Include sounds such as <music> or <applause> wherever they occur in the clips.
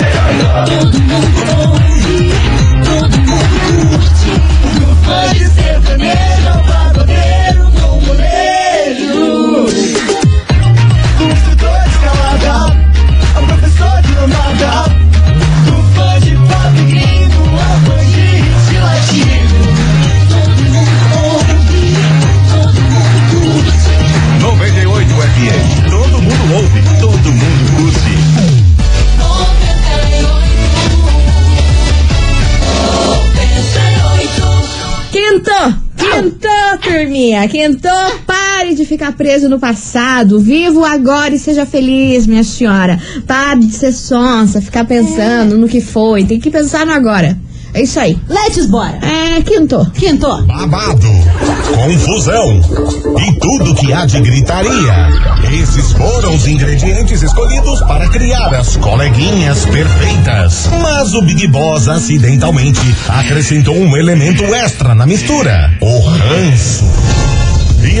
Todo mundo ouve, todo mundo curte. Pode ser vermelho, alvaroneiro, com molejo. Um instrutor de calada, um professor de lambada. Um fã de pop gringo, um fã de hit latino. Todo mundo ouve, todo mundo curte. 98 FM. Todo mundo ouve, todo mundo curte. 98. Quintou! Quintou, turminha! Quintou! Pare de ficar preso no passado. Viva o agora e seja feliz, minha senhora. Pare de ser sonsa, ficar pensando É. no que foi. Tem que pensar no agora. É isso aí. Let's bora! É, quintou. Quinto! Babado, confusão e tudo que há de gritaria. Esses foram os ingredientes escolhidos para criar as coleguinhas perfeitas. Mas o Big Boss acidentalmente acrescentou um elemento extra na mistura: o ranço. E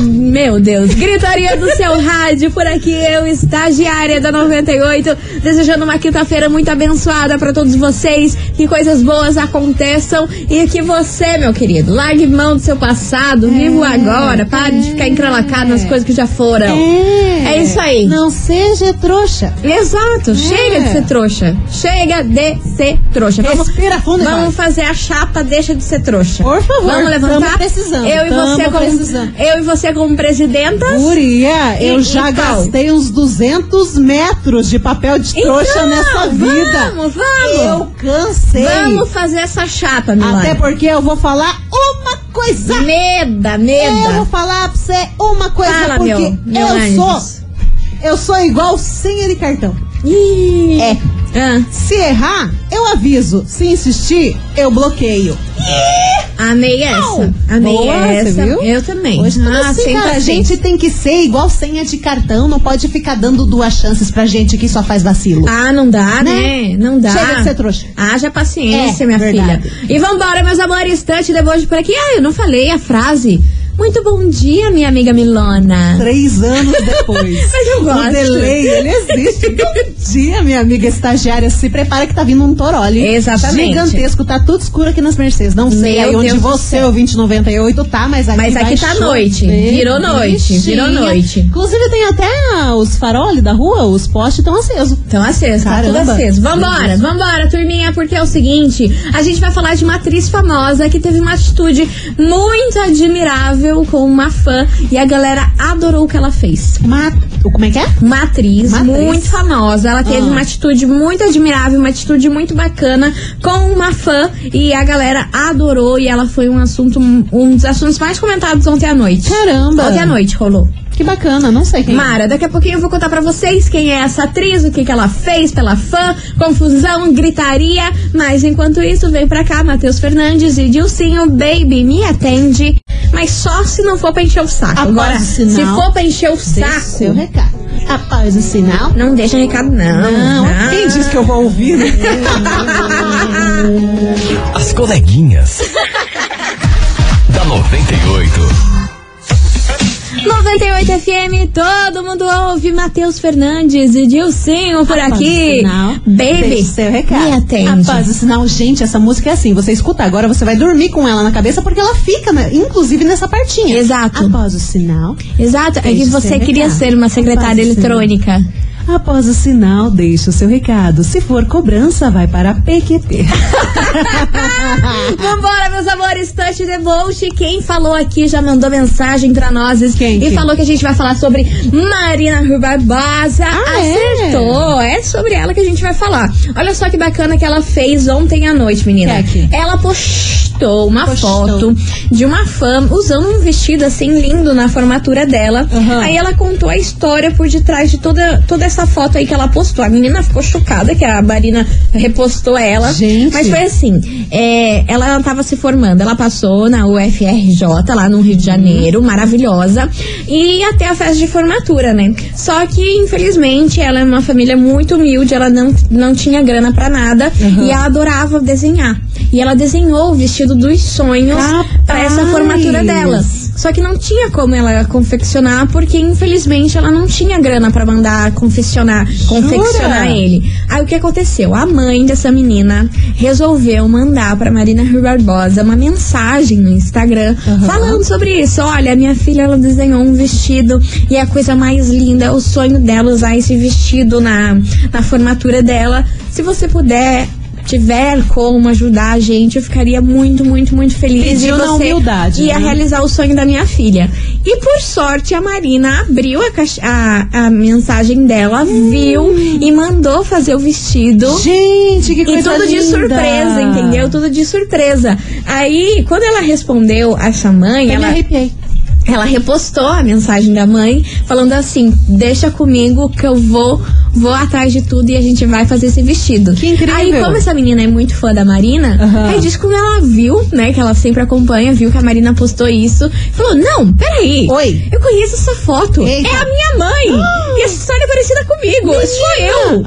Meu Deus, gritaria do seu rádio por aqui, eu, estagiária da 98, desejando uma quinta-feira muito abençoada pra todos vocês, que coisas boas aconteçam e que você, meu querido, largue mão do seu passado, viva o agora, pare de ficar encralacado nas coisas que já foram. É, isso aí. Não seja trouxa. É. Exato, chega de ser trouxa. Chega de ser trouxa. Vamos, Respira fundo e vamos vai. fazer a chapa, deixa de ser trouxa. Por favor, vamos levantar. tamo precisando, Eu e você tamo como precisando. eu e você como presidentas. Guria, eu E- já e tal? gastei uns 200 metros de papel de trouxa Então, nessa vida. Vamos, vamos. Eu cansei. Vamos fazer essa chapa, Milana. Até porque eu vou falar uma coisa. Meda, Eu vou meda. falar pra você uma coisa, Fala, porque meu- meu eu anjos. sou. Eu sou igual senha de cartão. Ih. É. Ah, Se errar, eu aviso. Se insistir, eu bloqueau. Ah, amei essa. Amei Boa, essa. você viu? Eu também. Hoje tudo ah, assim, sempre cara, a assim. gente tem que ser igual senha de cartão, não pode ficar dando duas chances pra gente que só faz vacilo. Ah, não dá, né? Né? Não dá. Chega de ser trouxa. Haja paciência, É, minha verdade. filha. E vambora, meus amores, instante de hoje por aqui. Ah, eu não falei a frase. Muito bom dia, minha amiga <laughs> Milona. Três anos depois. <laughs> Mas eu gosto. O delay, ele existe. Todo dia, minha amiga estagiária, se prepara que tá vindo um torole. Exatamente. Gigantesco, tá tudo escuro aqui nas Mercedes. Não sei Meu aí onde Deus do você, céu. o 2098, tá, mas aqui Mas vai aqui tá chover. noite. Virou noite, Ixi. virou noite. Inclusive tem até os faroles da rua, os postes estão acesos. Então aceso, tá tudo Caramba. aceso. Vambora, vambora, turminha, porque é o seguinte: a gente vai falar de uma atriz famosa que teve uma atitude muito admirável com uma fã e a galera adorou o que ela fez. Mas, como é que é? uma atriz Uma atriz. muito famosa. Ela teve Ah. uma atitude muito admirável, uma atitude muito bacana com uma fã e a galera adorou e ela foi um assunto um, um dos assuntos mais comentados ontem à noite. Caramba. Ontem à noite rolou. Que bacana, não sei quem. é. Mara, daqui a pouquinho eu vou contar pra vocês quem é essa atriz, o que, que ela fez pela fã, confusão, gritaria. Mas enquanto isso, vem pra cá Matheus Fernandes e Dilcinho, baby, me atende. Mas só se não for pra encher o saco. Após Agora, o sinal, se for pra encher o Dê saco. seu recado. Após o sinal. Não deixa recado, não. não. <laughs> Quem disse que eu vou ouvir? né? As coleguinhas. <laughs> da 98. 98 FM, todo mundo ouve. Matheus Fernandes e Dilcinho por Após aqui. o sinal, Baby, deixe seu recado. me atende. Após o sinal, gente, essa música é assim. Você escuta agora, você vai dormir com ela na cabeça porque ela fica, né, inclusive, nessa partinha. Exato. Após o sinal. Exato, é que Deixe seu você recado. queria ser uma secretária Após o sinal. eletrônica. Após o sinal, deixe o seu recado. Se for cobrança, vai para PQP. <laughs> Vambora, meus amores, Touch the Volt. Quem falou aqui já mandou mensagem pra nós Quem, e quem? falou que a gente vai falar sobre Marina Rui Barbosa. Ah, é? Acertou, é? sobre ela que a gente vai falar. Olha só que bacana que ela fez ontem à noite, menina. Que é que? Ela postou postou uma Postou. foto de uma fã usando um vestido assim lindo na formatura dela. Uhum. Aí ela contou a história por detrás de toda, toda essa foto aí que ela postou. A menina ficou chocada que a Marina repostou ela. Gente. Mas foi assim: é, ela tava se formando, ela passou na UFRJ, lá no Uhum. Rio de Janeiro, maravilhosa, e ia até a festa de formatura, né? Só que, infelizmente, ela é uma família muito humilde, ela não, não tinha grana pra nada, Uhum. e ela adorava desenhar. E ela desenhou o vestido dos sonhos pra essa Rapaz. formatura dela. Só que não tinha como ela confeccionar, porque infelizmente ela não tinha grana pra mandar confeccionar, confeccionar ele. Aí o que aconteceu? A mãe dessa menina resolveu mandar pra Marina Rui Barbosa uma mensagem no Instagram falando sobre isso. Olha, minha filha ela desenhou um vestido e é a coisa mais linda, é o sonho dela usar esse vestido na, na formatura dela. Se você puder tiver como ajudar a gente, eu ficaria muito, muito, muito feliz Pediu de na você humildade, ia né? realizar o sonho da minha filha. E por sorte, a Marina abriu a, caixa- a, a mensagem dela, viu e mandou fazer o vestido. Gente, que coisa E tudo de linda. surpresa, entendeu? Tudo de surpresa. Aí, quando ela respondeu essa mãe, Eu me ela, arrepiei. ela repostou a mensagem da mãe, falando assim: deixa comigo que eu vou. Vou atrás de tudo e a gente vai fazer esse vestido. Que incrível. Aí, como essa menina é muito fã da Marina, Aham. aí diz que quando ela viu, né, que ela sempre acompanha, viu que a Marina postou isso, falou: Não, peraí. Oi. Eu conheço essa foto. Eita. É a minha mãe. E essa história é parecida comigo. Sou eu.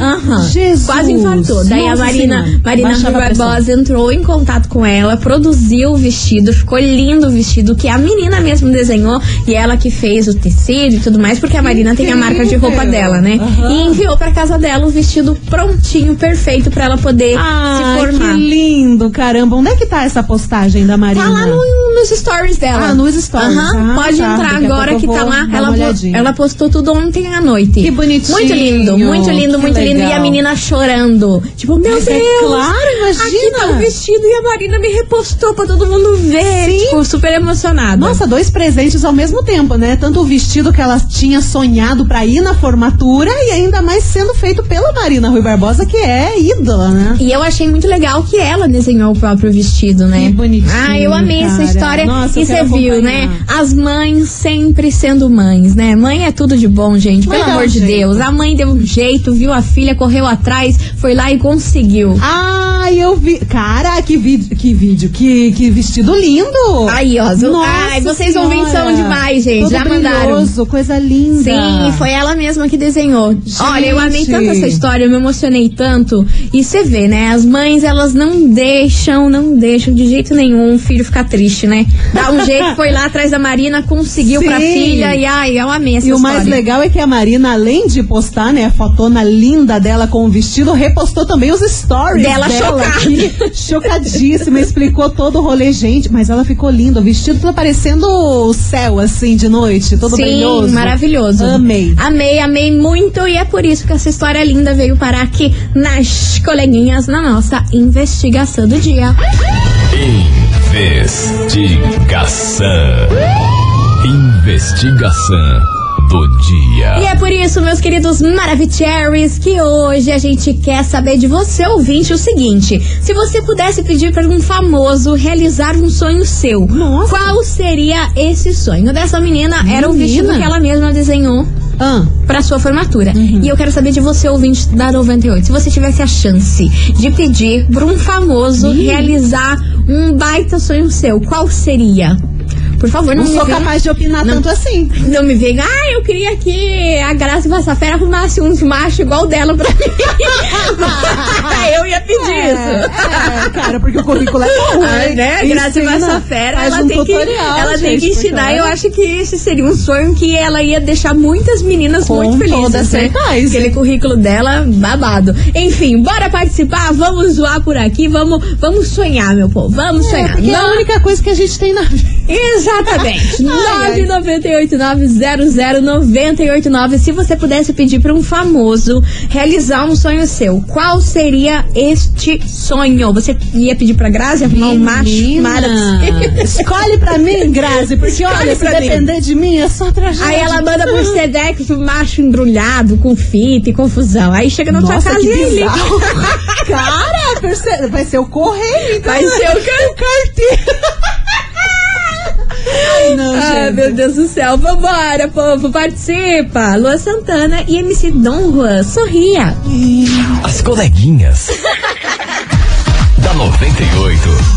Aham. Ah. Jesus. Quase infartou. Daí a Nossa Marina, Senhora. Marina Baixava a pressão. Barbosa entrou em contato com ela, produziu o vestido, ficou lindo o vestido que a menina mesmo desenhou e ela que fez o tecido e tudo mais, porque a Marina tem a marca de roupa dela, né? E enviou pra casa dela o vestido prontinho, perfeito pra ela poder Ah, se que formar. lindo, caramba. Onde é que tá essa postagem da Marina? Tá lá no- nos stories dela. Ah, nos stories. Aham, Ah, Pode tá. entrar Daqui a agora pouco que eu tá vou lá. dar Ela, uma po- olhadinha. ela postou tudo ontem à noite. Que bonitinho. Muito lindo, muito lindo, Que muito lindo. E a legal. menina chorando. Tipo, meu Mas é Deus. claro, Aqui imagina. tá o vestido e a Marina me repostou pra todo mundo ver. Sim. Tipo, super emocionada. Nossa, dois presentes ao mesmo tempo, né? Tanto o vestido que ela tinha sonhado pra ir na formatura e ainda mais sendo feito pela Marina Rui Barbosa, que é ídola, né? E eu achei muito legal que ela desenhou o próprio vestido, né? Que bonitinho, Ah, eu amei essa cara. história. Nossa, eu e você quero viu, acompanhar. né? As mães sempre sendo mães, né? Mãe é tudo de bom, gente. Mãe Pelo dá um amor de jeito. Deus. A mãe deu um jeito, viu a filha, correu atrás, foi lá e conseguiu. Ah, eu vi. Cara, que vídeo, que vídeo, que, que vestido lindo! Aí, ó. zo- Nossa Ai, vocês ouvintes são Senhora. demais, gente. Todo Já mandaram. brilhoso, coisa linda. Sim, foi ela mesma que desenhou. Olha, eu amei tanto essa história, eu me emocionei tanto. E você vê, né? As mães, elas não deixam, não deixam de jeito nenhum o filho ficar triste, né? Dá <laughs> um jeito, foi lá atrás da Marina, conseguiu pra Sim. filha. E ai, eu amei essa E o história. mais legal é que a Marina, além de postar, né, a fotona linda dela com o vestido, repostou também os stories Dela dela. chocada. <laughs> aqui. chocadíssima, explicou todo o rolê, gente. Mas ela ficou linda, o vestido tá parecendo o céu, assim, de noite, todo Sim, brilhoso. maravilhoso. Amei. Amei, amei muito. E é por isso que essa história linda veio parar aqui nas coleguinhas, na nossa investigação do dia. Investigação. Investigação do E dia. é por isso, meus queridos Maravicheries, que hoje a gente quer saber de você, ouvinte, o seguinte: se você pudesse pedir para um famoso realizar um sonho seu, Nossa. qual seria esse sonho? O Dessa menina, era o vestido Menina. que ela mesma desenhou Ah, para sua formatura. Uhum. E eu quero saber de você, ouvinte da 98, se você tivesse a chance de pedir para um famoso realizar um baita sonho seu, qual seria? Por favor, não, não me Um sou venha- capaz de opinar Não. tanto assim. não me venha, ah, eu queria que a Graça Passafera arrumasse um macho igual o dela <laughs> pra mim. Ah, eu ia pedir isso. É, cara, porque o currículo é bom, Ah, né? A Graça Ensina, Passafera, faz ela, um tem, tutorial, que, ela tem gente, que porque ensinar. olha- Eu acho que esse seria um sonho que ela ia deixar muitas meninas Com muito felizes. toda né? certeza. Aquele currículo dela, babado. Enfim, bora participar, vamos zoar por aqui, vamos, vamos sonhar, meu povo. Vamos É, sonhar. porque é a única coisa que a gente tem na vida. Exatamente. <laughs> 998900989. Se você pudesse pedir pra um famoso realizar um sonho seu, qual seria este sonho? Você ia pedir pra Grazi arrumar um macho? Menina, Mara pra você? <laughs> Escolhe pra mim, Grazi, porque Escolhe olha, se pra mim. depender de mim, é só tragédia. Aí ela manda por Sedex um macho embrulhado, com fita e confusão. Aí chega na Nossa, sua casa <laughs> e que ele bizarro. Cara, perce- vai ser o correio, então. vai ser o <laughs> O cara Ah, Deus do céu. Vambora, povo, participa. Lua Santana e MC Dom Juan, sorria. As coleguinhas. da 98.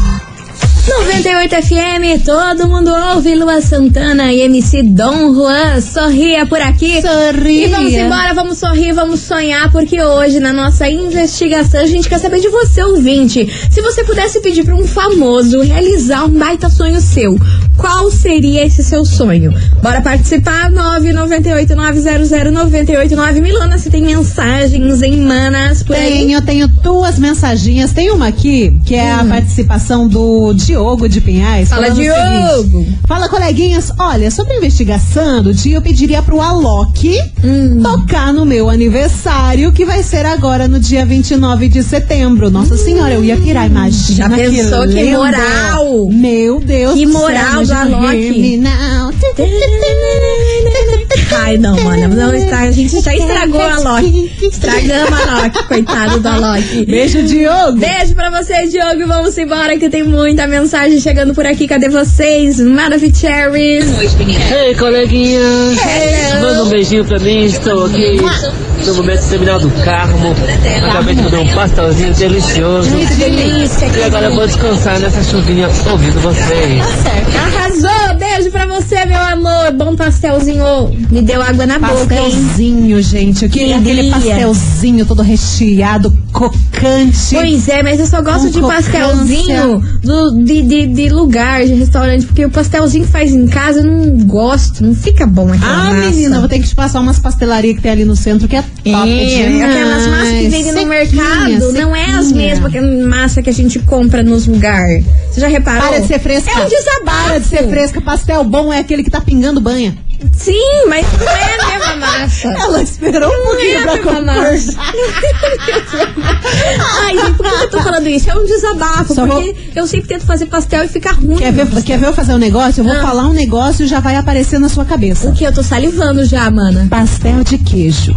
98 FM, todo mundo ouve Lua Santana e MC Dom Juan. Sorria por aqui. Sorria. E vamos embora, vamos sorrir, vamos sonhar, porque hoje na nossa investigação a gente quer saber de você, ouvinte. Se você pudesse pedir pra um famoso realizar um baita sonho seu, qual seria esse seu sonho? Bora participar? 998 900 989 Milona, se tem mensagens em manas por aí. Tenho, tenho duas mensaginhas. Tem uma aqui, que é a participação do Diogo de Pinhais. Hum. Fala, falando o Diogo. seguinte. Fala, coleguinhas. Olha, sobre a investigação do dia, eu pediria pro Alok Hum. tocar no meu aniversário, que vai ser agora no dia 29 de setembro. Nossa senhora, eu ia pirar, imagina. Hum. Já pensou que lenda. moral? Meu Deus Que do céu, moral do imagina, Alok. hear me now. Ai, não, mano. Não, estra- a gente já estragou a Loki. Estragamos a Loki, coitado da Loki. Beijo, Diogo. Beijo pra você, Diogo. Vamos embora que tem muita mensagem chegando por aqui. Cadê vocês? Maravicherrys. Ei, coleguinha! Manda um Hello. beijinho pra mim, estou aqui no momento do terminal do Carmo. Acabei de comer um pastelzinho delicioso. Que delícia. E agora eu vou descansar nessa chuvinha ouvindo vocês. Arrasou. Beijo pra você, meu amor. Bom pastelzinho. Me deu água na boca, hein? Pastelzinho, gente. Eu queria Que aquele delícia. pastelzinho todo recheado, crocante. Pois é, mas eu só gosto Com de pastelzinho do, de, de, de lugar, de restaurante, porque o pastelzinho que faz em casa eu não gosto, não fica bom aquela Ah, massa. menina, vou ter que te passar umas pastelarias que tem ali no centro que é top É, demais. aquelas massas que vendem no Sequinha, mercado não é as sequinha. mesmas que massa que a gente compra nos lugares. Você já reparou? Para de ser fresca. É um desabafo. Para de ser fresca. Pastel bom é aquele que tá pingando banha. Sim, mas não é a mesma massa. Ela esperou um Não é pouquinho a pra mesma massa. concordar. Ai, gente, por que eu tô falando isso? É um desabafo, Só porque eu sempre tento fazer pastel e fica ruim. Quer ver, quer ver eu fazer um negócio? Eu vou Ah. falar um negócio e já vai aparecer na sua cabeça. O que? Eu tô salivando já, mana. Pastel de queijo.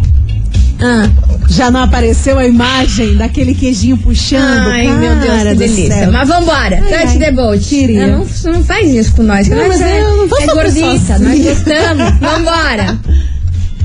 Ah. Já não apareceu a imagem daquele queijinho puxando? Ai, Cara meu Deus, que do delícia. céu. Mas vambora, Ai, touch ai, the boat. queria. Não, não, não faz isso com nós, que Não, nós mas é, eu não vou é só assim. pra gordiça, sozinha. nós <laughs> gostamos. Vambora.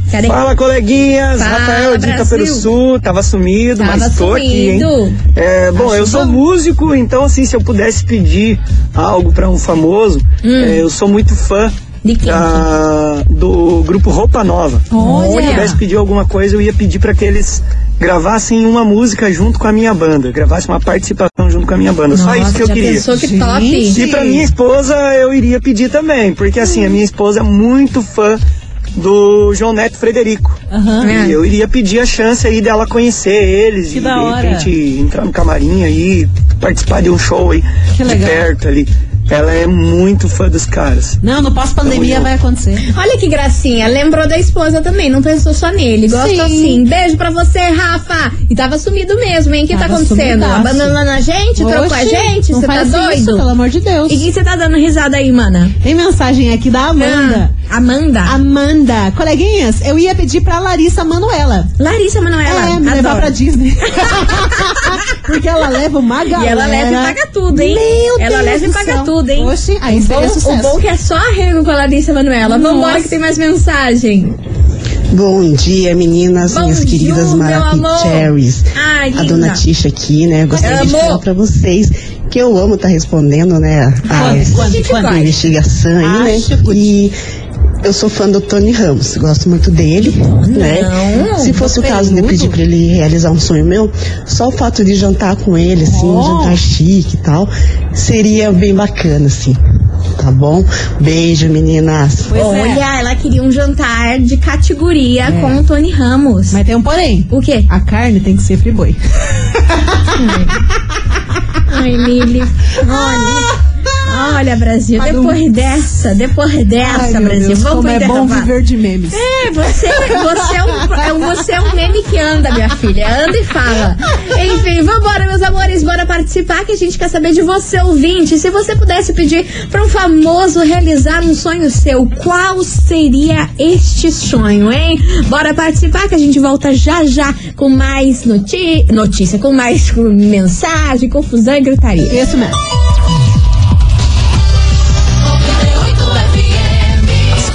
Cadê? Fala, coleguinhas! Fala, Rafael de Brasil. Itapero Sul, tava sumido, Tava mas tô aqui, hein? sumido. É, bom, eu sou bom. músico, então assim, se eu pudesse pedir algo pra um famoso, Hum. é, eu sou muito fã De quem? ah, do grupo Roupa Nova. Se eu Olha. pudesse pedir alguma coisa, eu ia pedir pra que eles gravassem uma música junto com a minha banda, gravassem uma participação junto com a minha banda. Só Nossa, isso que eu já queria. pensou que Gente. top? E pra minha é esposa eu iria pedir também, porque assim, a minha esposa é muito fã do João Neto Frederico. É. E eu iria pedir a chance aí dela conhecer eles Que e da de hora. repente entrar no camarim aí, participar de um show aí Que de legal. perto ali. Ela é muito fã dos caras. Não, no pós-pandemia vai acontecer. Olha que gracinha, lembrou da esposa também, não pensou só nele, gosto Sim. assim. Beijo pra você, Rafa. E tava sumido mesmo, hein? O que tá Tava acontecendo? sumidaço. Abandonando a gente, trocou a Oxi, gente, não você tá faz doido? Isso, pelo amor de Deus. E quem você tá dando risada aí, mana? Tem mensagem aqui da Amanda. Ah, Amanda. Amanda, coleguinhas, eu ia pedir pra Larissa Manuela. Larissa Manoela. é, me levar adoro. pra Disney. <laughs> Porque ela leva uma galera. E ela leva e paga tudo, hein? Meu ela Deus leva e do paga céu. tudo, hein? Oxi, aí Bom, seria o sucesso. bom que é só arrego com a Larissa Manoela. Vambora que tem mais mensagem. Bom dia, meninas, Bom minhas dia, queridas meu amor. Maravicherrys. Ai, A linda. dona Tisha aqui, né? Gostaria de Amor. falar pra vocês que eu amo estar respondendo, né? As Quando, Que que quando? vai? investigação aí, né? Acho que- E eu sou fã do Tony Ramos, gosto muito dele, né? não, Se fosse o caso de eu pedir pra ele realizar um sonho meu, só o fato de jantar com ele, assim, um Oh. jantar chique e tal, seria bem bacana, assim. Tá bom? Beijo, meninas. Pois é. Olha, ela queria um jantar de categoria com o Tony Ramos. Mas tem um porém. O quê? A carne tem que ser friboi. Ai, Mili. Olha. Olha, Brasil. Mas Depois não- dessa, depois Ai, dessa, meu Brasil. Deus, Vamos como é bom derrubar. viver de memes. É, você, você, é um, é um- você é um meme que anda, minha filha. Anda e fala. Enfim, vambora, meus amores. Bora participar que a gente quer saber de você, ouvinte. Se você pudesse pedir pra um famoso realizar um sonho seu, qual seria este sonho, hein? Bora participar que a gente volta já já com mais noti notícia, com mais com mensagem, confusão e gritaria. Isso mesmo.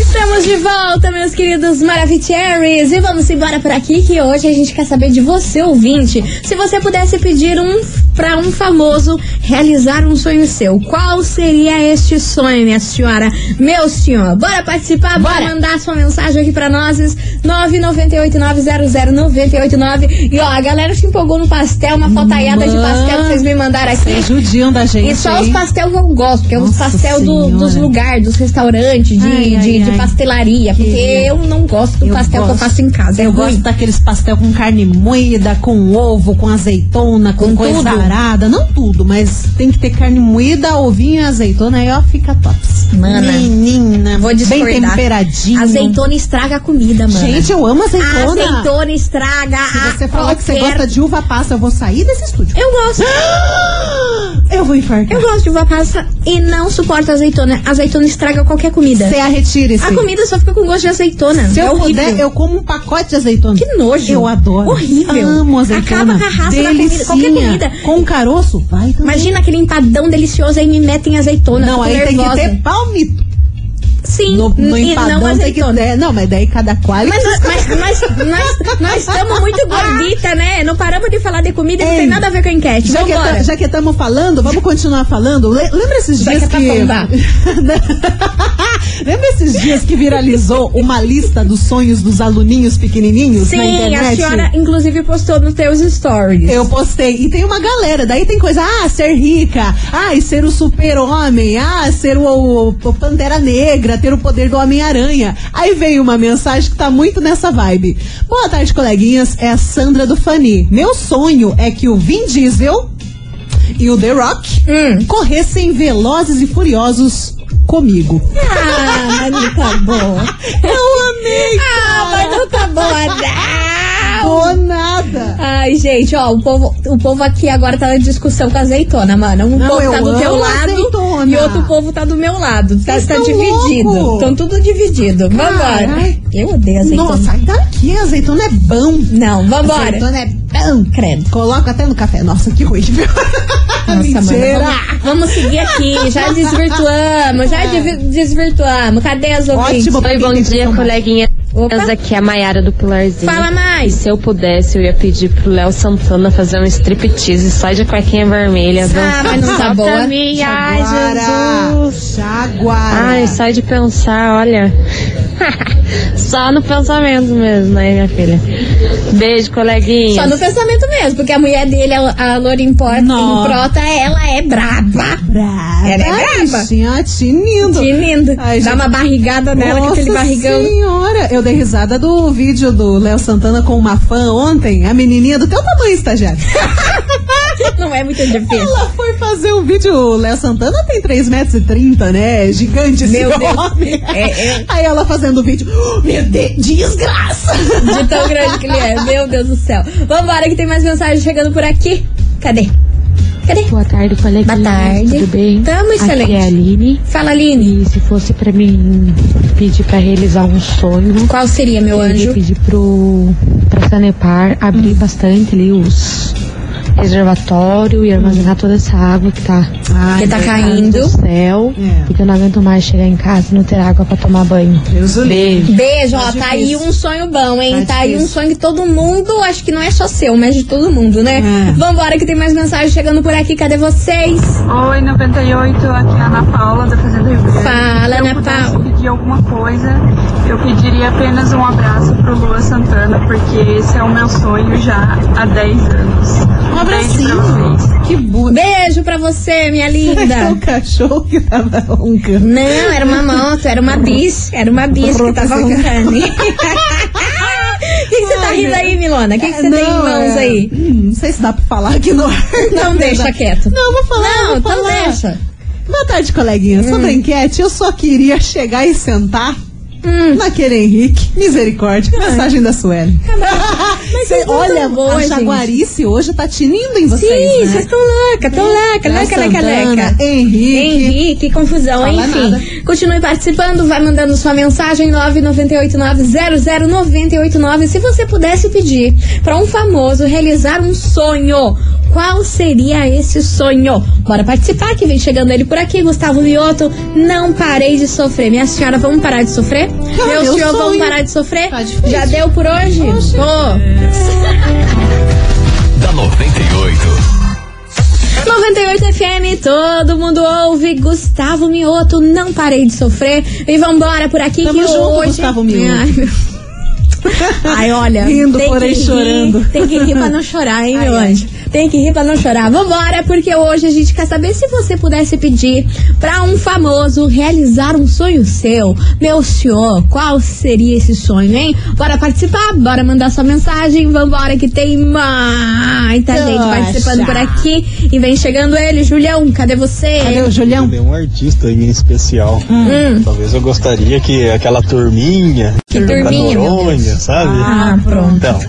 Estamos de volta, meus queridos Maravicheries! E vamos embora por aqui que hoje a gente quer saber de você, ouvinte. Se você pudesse pedir um para um famoso realizar um sonho seu, qual seria este sonho, minha senhora? Meu senhor, bora participar, bora, mandar sua mensagem aqui pra nós, 998900989. E ó, a galera se empolgou no pastel, uma fotaiada de pastel que vocês me mandaram aqui. Judiam da gente. E só os hein? pastel que eu gosto, que é os Nossa pastel do- dos Senhora. lugares, dos restaurantes, de, Ai, ai, de, de ai. pastelaria. Porque eu não gosto do Eu pastel que eu gosto. faço em casa. É Eu ruim. gosto daqueles pastel com carne moída, com ovo, com azeitona, com, Com coisa tudo? arada. Não tudo, mas tem que ter carne moída, ovinho e azeitona. Aí, ó, fica tops. Mana, Menina, Vou bem discordar. temperadinho. Azeitona estraga a comida, mano. Gente, eu amo azeitona. azeitona estraga Se a você falar que você qualquer- gosta de uva passa, eu vou sair desse estúdio. <gasps> Eu gosto. Eu vou infartar. Eu gosto de uva passa e não suporto azeitona. Azeitona estraga qualquer comida. Você a retire-se. A comida só fica com gosto de azeitona. Se é eu horrível. puder, eu como um pacote de azeitona. Que nojo. Eu adoro. Horrível. Amo azeitona. Acaba com a raça da comida, qualquer Delicinha. comida. Com caroço, vai também. Imagina aquele empadão delicioso aí me metem azeitona. fico Não, aí nervosa. tem que ter palmito. Sim, No, no e não empadão tem que azeitona. ter. Não, mas daí cada qual. Mas, nós- mas, mas nós- nós estamos muito gordita, né? Não paramos de falar de comida e não Ei, tem nada a ver com a enquete. Já que, Vambora. ta- já que tá estamos falando, vamos continuar falando. Le- Lembra esses Já dias que é pra afundar. <laughs> Lembra esses dias que viralizou uma lista dos sonhos dos aluninhos pequenininhos na Sim, internet? a senhora inclusive postou nos teus stories. Eu postei. E tem uma galera. Daí tem coisa, ah, ser rica. Ah, e ser o super-homem. Ah, ser o, o- o Pantera Negra. Ter o poder do Homem-Aranha. Aí veio uma mensagem que tá muito nessa vibe. Boa tarde, coleguinhas. É a Sandra do Fani. Meu sonho é que o Vin Diesel e o The Rock Hum. corressem velozes e furiosos comigo. Ah, não tá bom. Eu amei, Ah, mas não tá boa, não. Do nada. Ai, gente, ó, o povo, o povo aqui agora tá na discussão com a azeitona, mano. Um Não, povo tá eu do teu amo lado azeitona. e outro povo tá do meu lado. Tá, Vocês tá tão dividido. louco. Estão tudo dividido. Vambora. Carai. Eu odeio azeitona. Nossa, aí daqui, azeitona é bom. Não, vambora. Azeitona é bom. Credo. Coloca até no café. Nossa, que horrível. Nossa, <laughs> Mentira. mano, vamos, vamos seguir aqui. <laughs> Já desvirtuamos, já divi- desvirtuamos. Cadê as ouvintes? É. Ótimo. Oi, bom dia, coleguinha. Opa. Aqui é a Maiara do Pularzinho. Fala mais. Se eu pudesse, eu ia pedir pro Léo Santana fazer um striptease só de cuequinha vermelha. Ah, mas não tá Só boa. Pra mim. Ai, Jaguara. Jesus. Jaguara. Ai, só de pensar, olha. <laughs> só no pensamento mesmo, né, minha filha? Beijo, coleguinha. Só no pensamento mesmo, porque a mulher dele, a, a Loura Importa, Nossa. Improta, ela é braba. brava. Ela é brava. Bichinha, né, te lindo. Que lindo. Ai, Dá gente. uma barrigada nela, com Nossa aquele barrigão. senhora, eu dei risada do vídeo do Léo Santana com uma fã ontem, a menininha do teu <laughs> tamanho, estagiário. Não é muito difícil. Ela foi fazer um vídeo, o Léo Santana tem 3,30 metros, e 30, né? É Gigante esse Meu Deus. homem. É, é. Aí ela fazendo o vídeo, "Oh, meu Deus, desgraça. De tão grande que ele é. Meu Deus do céu. Vambora, que tem mais mensagem chegando por aqui. Cadê? Cadê? Boa tarde, coleguinha. Boa tarde. Tudo bem? Tamo excelente. Aqui é a Aline. Fala, Aline. E se fosse pra mim pedir pra realizar um sonho, Qual seria, meu eu ia anjo? pedir pro, pra Sanepar abrir bastante ali os reservatório e armazenar toda essa água que tá Que tá do caindo. céu, É. porque eu não aguento mais chegar em casa e não ter água pra tomar banho. Deus o Beijo. Beijo, ó, Tá tá aí difícil. um sonho bom, hein? Tá Tá aí um difícil. sonho que todo mundo, acho que não é só seu, mas de todo mundo, né? É. Vambora, que tem mais mensagem chegando por aqui. Cadê vocês? Oi, 98, aqui é a Ana Paula da Fazenda Rio É. Grande. Fala, né, Então Se eu Ana pudesse Paula. pedir alguma coisa, eu pediria apenas um abraço pro Lua Santana, porque esse é o meu sonho já há 10 anos. Um Beijo pra abracinho. vocês. Que burro. Beijo pra você, <laughs> minha É linda. o cachorro que tava roncando. Não, era uma moto, era uma bis, era uma bis que tava <laughs> roncando. O <laughs> que que você tá Ai, rindo meu- aí, Milona? O que que você Não, tem em mãos é- aí? Hum, não sei se dá pra falar aqui no ar. na <laughs> Não, verdade. deixa quieto. Não, vou falar. Não, vou então falar. <laughs> deixa. Boa tarde, coleguinha. Hum. Sobre a enquete, eu só queria chegar e sentar Hum, naquele Henrique. Misericórdia. Mensagem da Sueli. Mas vocês Cê- não olha, tão boas, a gente. Jaguarice hoje tá tinindo em vocês, Sim, né? vocês estão louca, tão louca, Léo louca, louca, Santana, louca. Henrique. Henrique, confusão, Fala enfim. nada. Continue participando, vai mandando sua mensagem 998900989. Se você pudesse pedir pra um famoso realizar um sonho, Qual seria esse sonho? Bora participar que vem chegando ele por aqui, Gustavo Mioto. Não parei de sofrer. Minha senhora, vamos parar de sofrer? Ah, Meu meu senhor, sonho. vamos parar de sofrer? Tá difícil. Já deu por hoje? Poxa. Pô. Da 98. 98 FM, todo mundo ouve. Gustavo Mioto, não parei de sofrer. E vambora por aqui Tamo que junto, hoje... Gustavo Mioto. Ai, meu- <laughs> Ai, olha. Rindo, tem porém que rir, chorando. Tem que rir pra não chorar, hein, meu anjo? Tem que rir pra não chorar. Vambora, porque hoje a gente quer saber se você pudesse pedir pra um famoso realizar um sonho seu. Meu senhor, qual seria esse sonho, hein? Bora participar, bora mandar sua mensagem. Vambora, que tem muita gente Nossa. participando por aqui. E vem chegando ele, Julião, cadê você? Cadê o Julião? um artista em especial. Hum. Talvez eu gostaria que aquela turminha Que da turminha, meu Noronha, sabe? Ah, pronto. Então,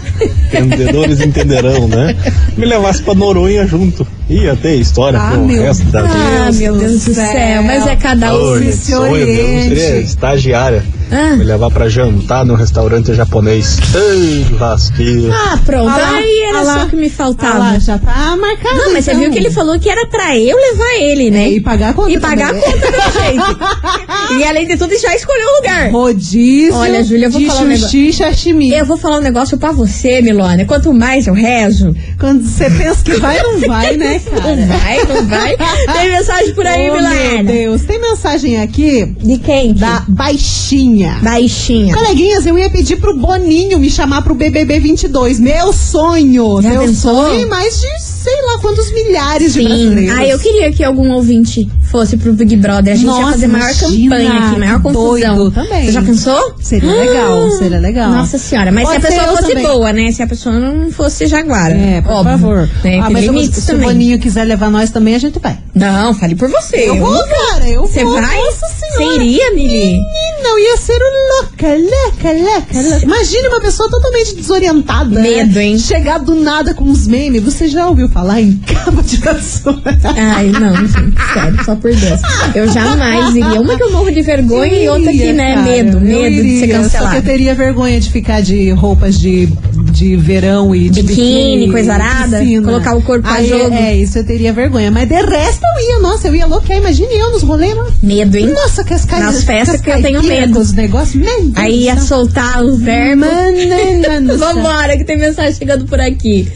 entendedores entenderão, né? Me levasse pra Noronha junto. Ia ter história Ah, pro meu resto da vida. Ah, meu Deus do céu. Mas é cada um. Olha, sonho meu seria estagiária. Ah. Me levar pra jantar num restaurante japonês. Ei, churrasqueiro. Ah, pronto. Ah lá, Aí era ah lá, só o que me faltava. Ah lá, já tá marcado. Não, mas você então. viu que ele falou que era pra eu levar ele, né? E pagar a conta. E pagar a também. conta, né, gente? E além de tudo, já escolheu o lugar. Rodízio. Olha, Júlia, eu vou de falar um negócio. sushi, sashimi. Eu vou falar um negócio pra você, Milona. Quanto mais eu rezo, Quando você pensa que vai, não <laughs> vai, né, cara? não vai, não vai. Tem mensagem por aí, oh, Milona. Meu Deus, tem mensagem aqui De quem? da Baixinha. Baixinha. Coleguinhas, eu ia pedir pro Boninho me chamar pro BBB 22. Meu sonho! Já meu pensou? sonho e mais de sei lá quantos milhares de Sim. brasileiros. Ah, eu queria que algum ouvinte fosse pro Big Brother. A gente ia Nossa, fazer maior imagina, campanha aqui, maior que confusão. doido também. Você já pensou? Seria Ah, legal, seria legal. Nossa senhora, mas Pode se a ser eu pessoa fosse também. boa, né? Se a pessoa não fosse jaguara. É, por Óbvio, favor. Né? Ah, Tem mas eu- limites se o também. Boninho quiser levar nós também, a gente vai. Não, fale por você. Eu vou, cara, eu Você vou. vai? Nossa senhora. Você iria, Mili? Não, ia ser o louca, louca, louca, louca. Imagina uma pessoa totalmente desorientada. Medo, né? hein? Chegar do nada com uns memes. Você já ouviu falar em <laughs> capa de vassoura? Ai, não, gente, sério, só por Deus. Eu jamais iria. Uma que eu morro de vergonha e outra que, Iria, né, cara, medo, eu medo de ser iria, Só que eu cancelado. teria vergonha de ficar de roupas de, de verão e de Biquíni, biquíni, coisa arada, piscina. colocar o corpo pra Aí, jogo. É, isso eu teria vergonha. Mas de resto eu ia, nossa, eu ia louquear. Imagine eu nos rolês, mano. Medo, hein? Nossa, que as caras. Nas festas que eu tenho medo. Os negócios, meu Deus Aí ia do céu. soltar o verme. <laughs> Banana do céu. Vambora, que tem mensagem chegando por aqui.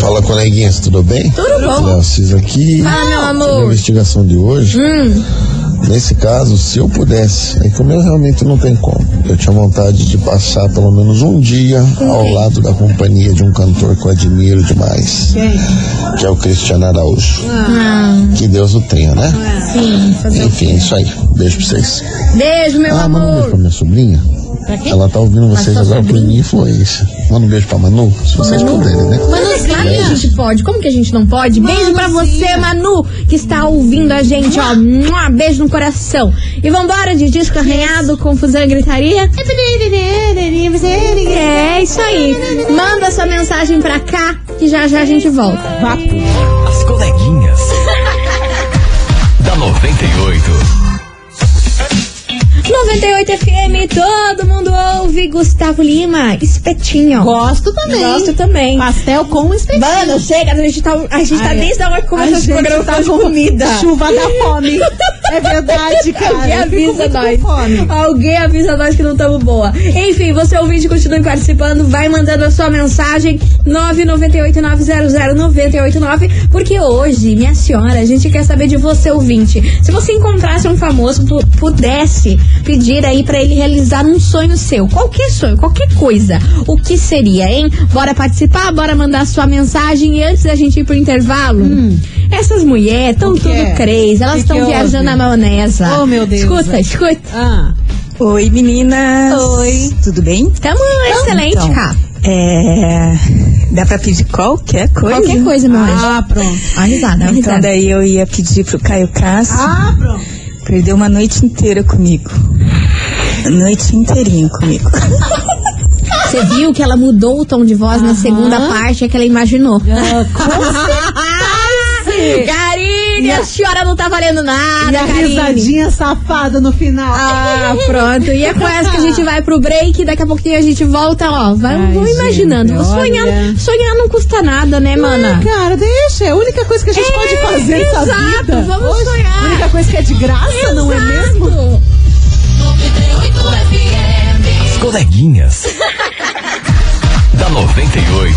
Fala coleguinhas, tudo bem? Tudo bom. Léo Cis aqui. Fala, meu Sobre a amor. investigação de hoje. Nesse caso, se eu pudesse, é que o meu realmente não tem como. Eu tinha vontade de passar pelo menos um dia ao lado da companhia de um cantor que eu admiro demais, Quem? assim, que é o Cristiano Araújo. Que Deus o tenha, né? Sim, fazer o Enfim, é isso aí. Beijo pra vocês. Beijo, meu ah, manda um beijo pra amor. minha sobrinha. Ela tá ouvindo vocês sua agora por minha influência. Manda um beijo pra Manu, se vocês puderem, né? Manu, claro que a gente pode. Como que a gente não pode? Beijo pra você, Manu, que está ouvindo a gente, ó. Mua, Beijo no coração. E vambora de disco arranhado, confusão e gritaria. É isso aí. Manda sua mensagem pra cá, que já já a gente volta. Vapo. As coleguinhas. da 98. 98 FM, todo mundo ouve. Gustavo Lima, espetinho. Gosto também. Gosto também. Pastel com um espetinho. Mano, chega, a gente tá, a gente tá Ai, desde a hora que começou a esse gente programa tá falando de com comida. Chuva da fome. É verdade, <laughs> cara. Alguém Eu fico avisa muito com nós. fome. Alguém avisa nós que não estamos boa. Enfim, você ouvinte, continue participando, vai mandando a sua mensagem 998900989, porque hoje, minha senhora, a gente quer saber de você, ouvinte. Se você encontrasse um famoso, pu- pudesse pedir aí pra ele realizar um sonho seu, qualquer sonho, qualquer coisa, o que seria, hein? Bora participar, bora mandar a sua mensagem e antes da gente ir pro intervalo. Essas mulheres estão Hum. O que tudo é? crazy, O elas que estão que houve? viajando na maionesa. Oh, meu Deus. Escuta, escuta. Ah. Oi, meninas. Oi. Tudo bem? Tamo excelente, então. cara. É. Dá pra pedir qualquer coisa? Qualquer coisa, meu anjo. Ah, pronto. A risada, a Então, risada. daí eu ia pedir pro Caio Castro. Ah, pronto. Perdeu uma noite inteira comigo. A noite inteirinha comigo. Você viu que ela mudou o tom de voz <laughs> na segunda parte, é que ela imaginou. Ah, com certeza. Carinho! Meninas, chora não tá valendo nada, E a Karine. risadinha safada no final. Ah, pronto. E é com essa que a gente vai pro break. Daqui a pouquinho a gente volta, ó. Vai, vão imaginando. gente, sonhar, olha. sonhar não custa nada, né, mana? Ah, cara, deixa. É a única coisa que a gente É, pode fazer nessa exato, vida. vamos Hoje, sonhar. A única coisa que é de graça, não é mesmo? As coleguinhas. da 98.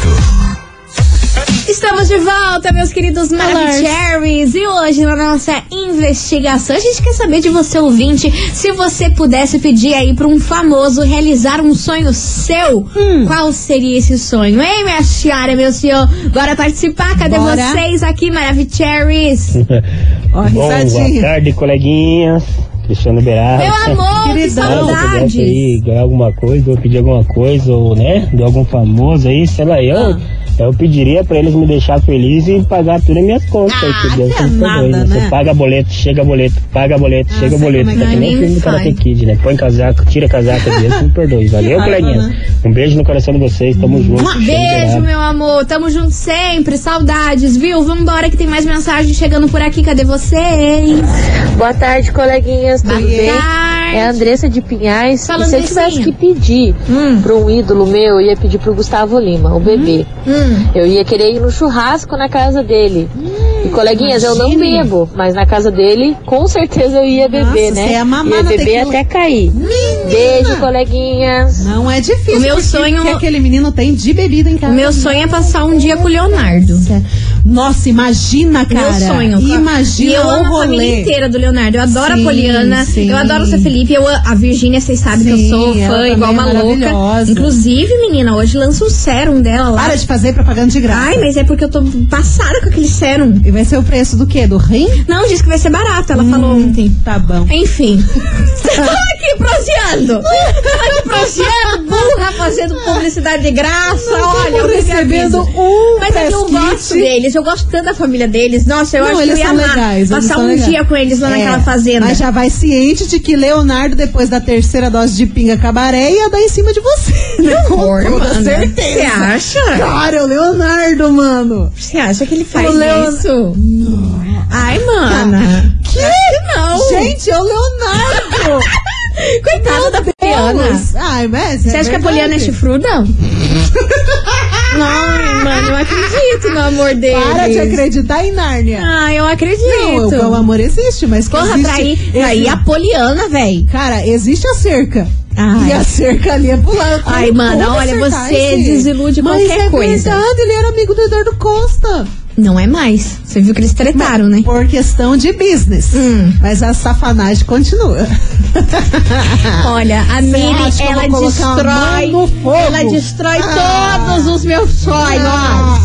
Estamos de volta, meus queridos Maravicherrys. E hoje, na nossa investigação, a gente quer saber de você, ouvinte, se você pudesse pedir aí pra um famoso realizar um sonho seu, qual seria esse sonho? Hein, minha senhora, meu senhor? Bora participar? Cadê Bora. vocês aqui, Maravicherrys? Ó, Boa risadinha. tarde, coleguinhas. Cristiano Berardi. <laughs> Meu amor, que Se eu pudesse saudades. aí ganhar alguma coisa, ou pedir alguma coisa, ou né, de algum famoso aí, sei lá, eu, Ah. eu pediria pra eles me deixar feliz e pagar tudo as minhas contas. que Deus tem Ah, nada, favor, né? né? Você paga boleto, chega boleto, paga boleto, chega boleto. como é Tá que que é. nem Nem filme do sai. Karate Kid, né? Põe casaco, tira casaco, Deus me perdoe. Valeu, raiva, coleguinhas. né? Um beijo no coração de vocês, tamo junto. Um Cristiano Berardi. Beijo, meu amor. Tamo junto sempre. Saudades, viu? Vambora que tem mais mensagem chegando por aqui. Cadê vocês? Boa tarde, coleguinhas. Tudo bem? É a Andressa de Pinhais. Fala, e se eu tivesse Andressinha. que pedir Hum. pra um ídolo meu, eu ia pedir pro Gustavo Lima, o bebê. Hum. Eu ia querer ir no churrasco na casa dele. e coleguinhas, eu não Hum, imagine. bebo, mas na casa dele, com certeza eu ia beber, Nossa, né? você é ia mamar ia na beber tequila. até cair. Beijo, coleguinhas. Não é difícil. O meu porque sonho- o que aquele menino tem de bebida em casa. O meu sonho é passar um dia com o Leonardo. Nossa, imagina, cara. Meu sonho. cara. Imagina E eu amo o a família rolê. inteira do Leonardo. Eu adoro Sim, a Poliana. sim. Eu adoro o seu Felipe. Eu, a Virgínia, vocês sabem que eu Sim, sou ela fã, também igual é uma louca. maravilhosa. Inclusive, menina, hoje lança o sérum dela lá. Para de fazer propaganda de graça. Ai, mas é porque eu tô passada com aquele sérum. E vai ser o preço do quê? Do rim? Não, diz que vai ser barato, ela falou ontem. Tá bom. Enfim. <laughs> Tô aqui proseando. aqui proseando, burra, fazendo publicidade de graça. Não Olha, eu estamos recebendo recebendo um Mas é que eu press kit. gosto deles, eu gosto tanto da família deles. Nossa, eu Não, acho que eu eles ia são amar legais. eles passar são um legais. dia com eles lá É, naquela fazenda. Mas já vai ciente de que Leonardo, depois da terceira dose de pinga cabaré, ia dar em cima de você. <laughs> né? Com toda mana. certeza. Você acha? Cara, é o Leonardo, mano. Você acha que ele faz O Leo- isso? Ai, mana. Ah, Que? Não. Tá. Ah, Gente, é o Leonardo. Coitada da Poliana. Deus. Ai, mas. Você acha que a Poliana é <laughs> chifruda? Não, mano, eu acredito no amor deles. Para de acreditar em Nárnia. Ah, eu acredito. Não, o, o amor existe, mas que Porra, existe, traí, traí existe- a Poliana, véi. Cara, existe a cerca. Ai. E a cerca ali é pular. Ai, mana, olha, você desilude Mas qualquer é coisa. verdade, ele era amigo do Eduardo Costa. Não é mais. Você viu que eles tretaram, né? Por questão de business. Hum. Mas a <laughs> safanagem continua. Olha, a Miri, acha que eu ela vou colocar a destrói. mão no fogo? Ela destrói Ah. todos os meus sonhos. Ah.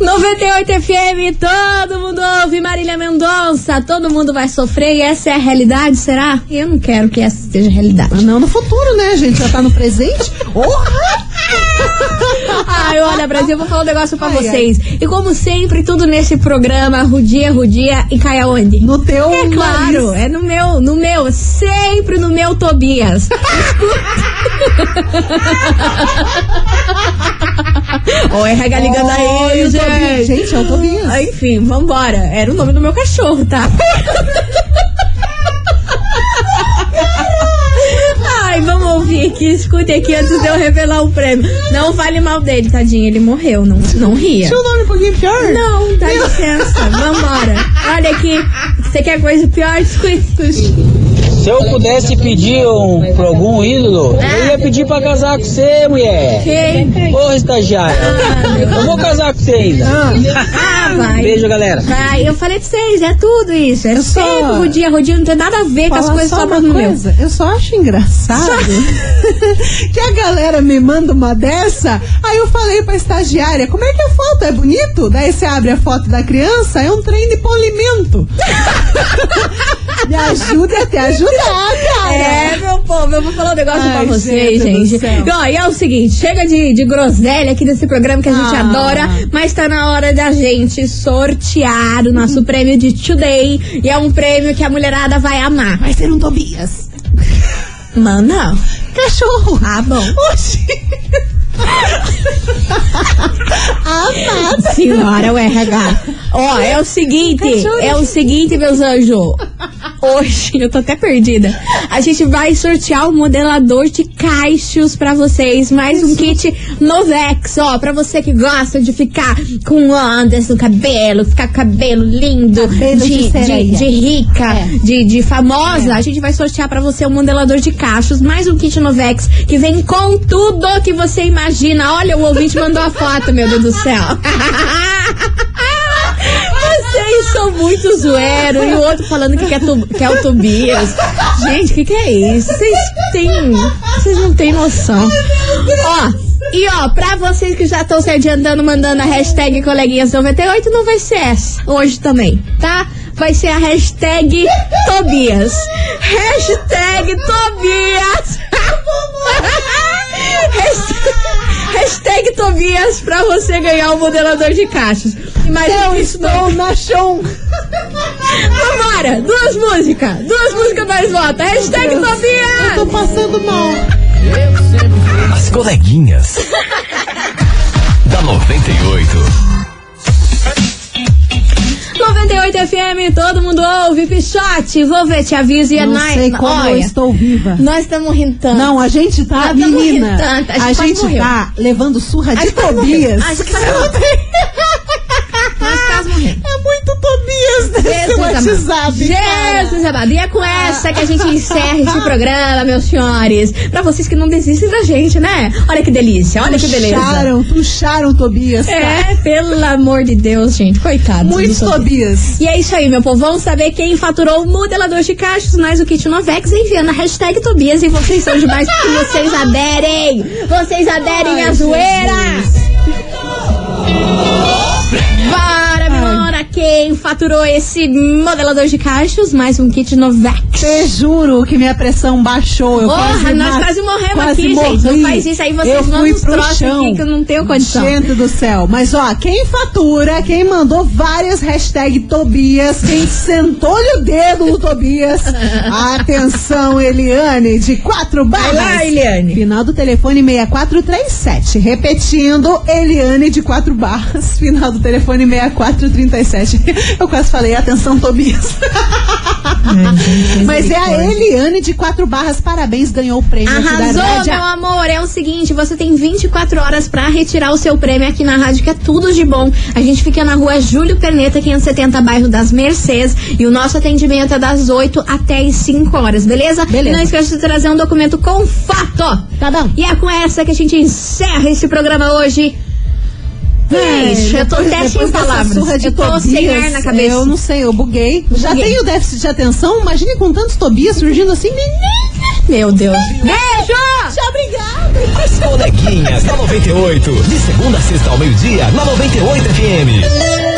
98 FM, todo mundo ouve Marília Mendonça, todo mundo vai sofrer e essa é a realidade, será? Eu não quero que essa seja a realidade. Não, no futuro, né, gente? Já tá no <laughs> presente. Oh, Ai, olha, Brasil, vou falar um negócio pra Ai, ai. vocês. E como sempre, tudo nesse programa, Rudia, Rudia e cai aonde? No teu É claro, nariz. é no meu, no meu, sempre no meu <laughs> Tobias. Escuta. Ô, RH ligando aí, Olha o gente. Tobias. Gente, é o Tobias. Ah, Enfim, vambora. Era o nome do meu cachorro, tá? Ai, vamos ouvir aqui, escute aqui antes de eu revelar o prêmio. Não fale mal dele, tadinho, ele morreu, não, não ria. Tinha um nome um pouquinho pior? Não, dá licença, vambora. Olha aqui, você quer coisa pior? Escute. Se eu pudesse pedir um, pra algum ídolo, eu ia pedir pra casar com você, mulher. Quem? Ô, estagiário. Ah, Eu vou casar com você ainda. Ah, vai. Beijo, galera. Vai, eu falei pra vocês, é tudo isso. É sempre só- rodinha, rodinha, não tem nada a ver com as Falar coisas só sobram uma no meu. coisa, Eu só acho engraçado <laughs> que a galera me manda uma dessa. Aí eu falei pra estagiária: como é que a foto é bonito? Daí você abre a foto da criança, é um trem de <laughs> polimento. me ajuda a te ajudar, Ah, cara. É, meu povo, eu vou falar um negócio Ai, pra vocês, gente do gente. céu. Ó, e é o seguinte, chega de, de groselha aqui nesse programa que a gente Ah. adora, mas tá na hora da gente sortear o Uhum. nosso prêmio de Today. E é um prêmio que a mulherada vai amar. Vai ser um Tobias. Manda. Cachorro. Ah, bom. Oxi. <laughs> Senhora, o RH. Ó, é o seguinte, é o seguinte, meus anjos. Hoje, eu tô até perdida. A gente vai sortear o modelador de caixos pra vocês. Mais um kit Novex, ó. Pra você que gosta de ficar com ondas no cabelo, ficar com cabelo lindo, Cabelo de sereia. É. de rica, de, de famosa. A gente vai sortear pra você um modelador de cachos, mais um kit Novex, que vem com tudo que você imagina. Olha, o ouvinte mandou a foto, meu Deus do céu. <laughs> Vocês são muito zoeiro. E o outro falando que quer, tu, quer o Tobias. Gente, o que, que é isso? Vocês têm. Vocês não têm noção. Ó. E ó, pra vocês que já estão se adiantando, mandando a hashtag coleguinhas98, não vai ser essa hoje também, tá? Vai ser a hashtag Tobias. Hashtag Tobias. Hashtag- Hashtag Tobias pra você ganhar o modelador de caixas. Imagina Eu estou na show. Vambora, duas músicas. Duas músicas mais volta. Hashtag Tobias. Eu tô passando mal. As coleguinhas. da 98. 98 FM, todo mundo ouve. Pichote, vou ver, te aviso. E é Não nóis. sei como eu Olha, estou viva. Nós estamos rindo tanto. Não, a gente Nós tá, tamo menina. rindo tanto, A quase gente morreu. tá levando surra de gente quase morreu. Tobias. A gente quase <laughs> morreu. tá Nós quase morrendo. É muito Tobias né? nesse Jesus amado. WhatsApp. cara. Jesus amado. E é com essa que a gente encerra esse programa, meus senhores. Pra vocês que não desistem da gente, né? Olha que delícia, olha que beleza. Puxaram, puxaram Tobias. É, pelo amor de Deus, gente. Coitado. Muito Tobias. E é isso aí, meu povo. Vamos saber quem faturou o modelador de caixas, mais o kit Novex, enviando a hashtag Tobias. E vocês são demais porque vocês aderem. Vocês aderem à zoeira. Bora, Milona, quem faturou esse modelador de caixas, mais um kit Novex. Te juro que minha pressão baixou. Eu Porra, quase nós ma- quase morremos quase aqui, gente. Não morri. faz isso aí, vocês eu mandam fui uns pro troços chão. aqui que eu não tenho condição. Gente do céu. Mas ó, quem fatura, quem mandou várias hashtag Tobias, quem sentou-lhe o dedo no Tobias. Atenção, Eliane, de quatro barras. lá, Eliane. Final do telefone 6437. Repetindo, Eliane de quatro barras. Final do telefone 6437. Eu quase falei, atenção, Tobias. Mas é a Eliane de Quatro Barras, parabéns, ganhou o prêmio aqui da Arrasou, Rádio. meu amor. É o seguinte, você tem 24 horas pra retirar o seu prêmio aqui na rádio, que é tudo de bom. A gente fica na rua Júlio Perneta, 570, bairro das Mercês. E o nosso atendimento é das 8 até as 5 horas, beleza? Beleza. E não esqueça de trazer um documento com fato. Tá bom. E é com essa que a gente encerra esse programa hoje. Gente, eu tô até É, Depois sem dessa palavras. surra de eu tô sem Tobias, ar na cabeça. Eu não sei, eu buguei. Já Buguei. tenho déficit de atenção, imagine com tantos Tobias surgindo assim. Meu Deus. Beijo! Tchau, obrigada. As coleguinhas da 98. De segunda a sexta ao meio-dia, na 98 FM.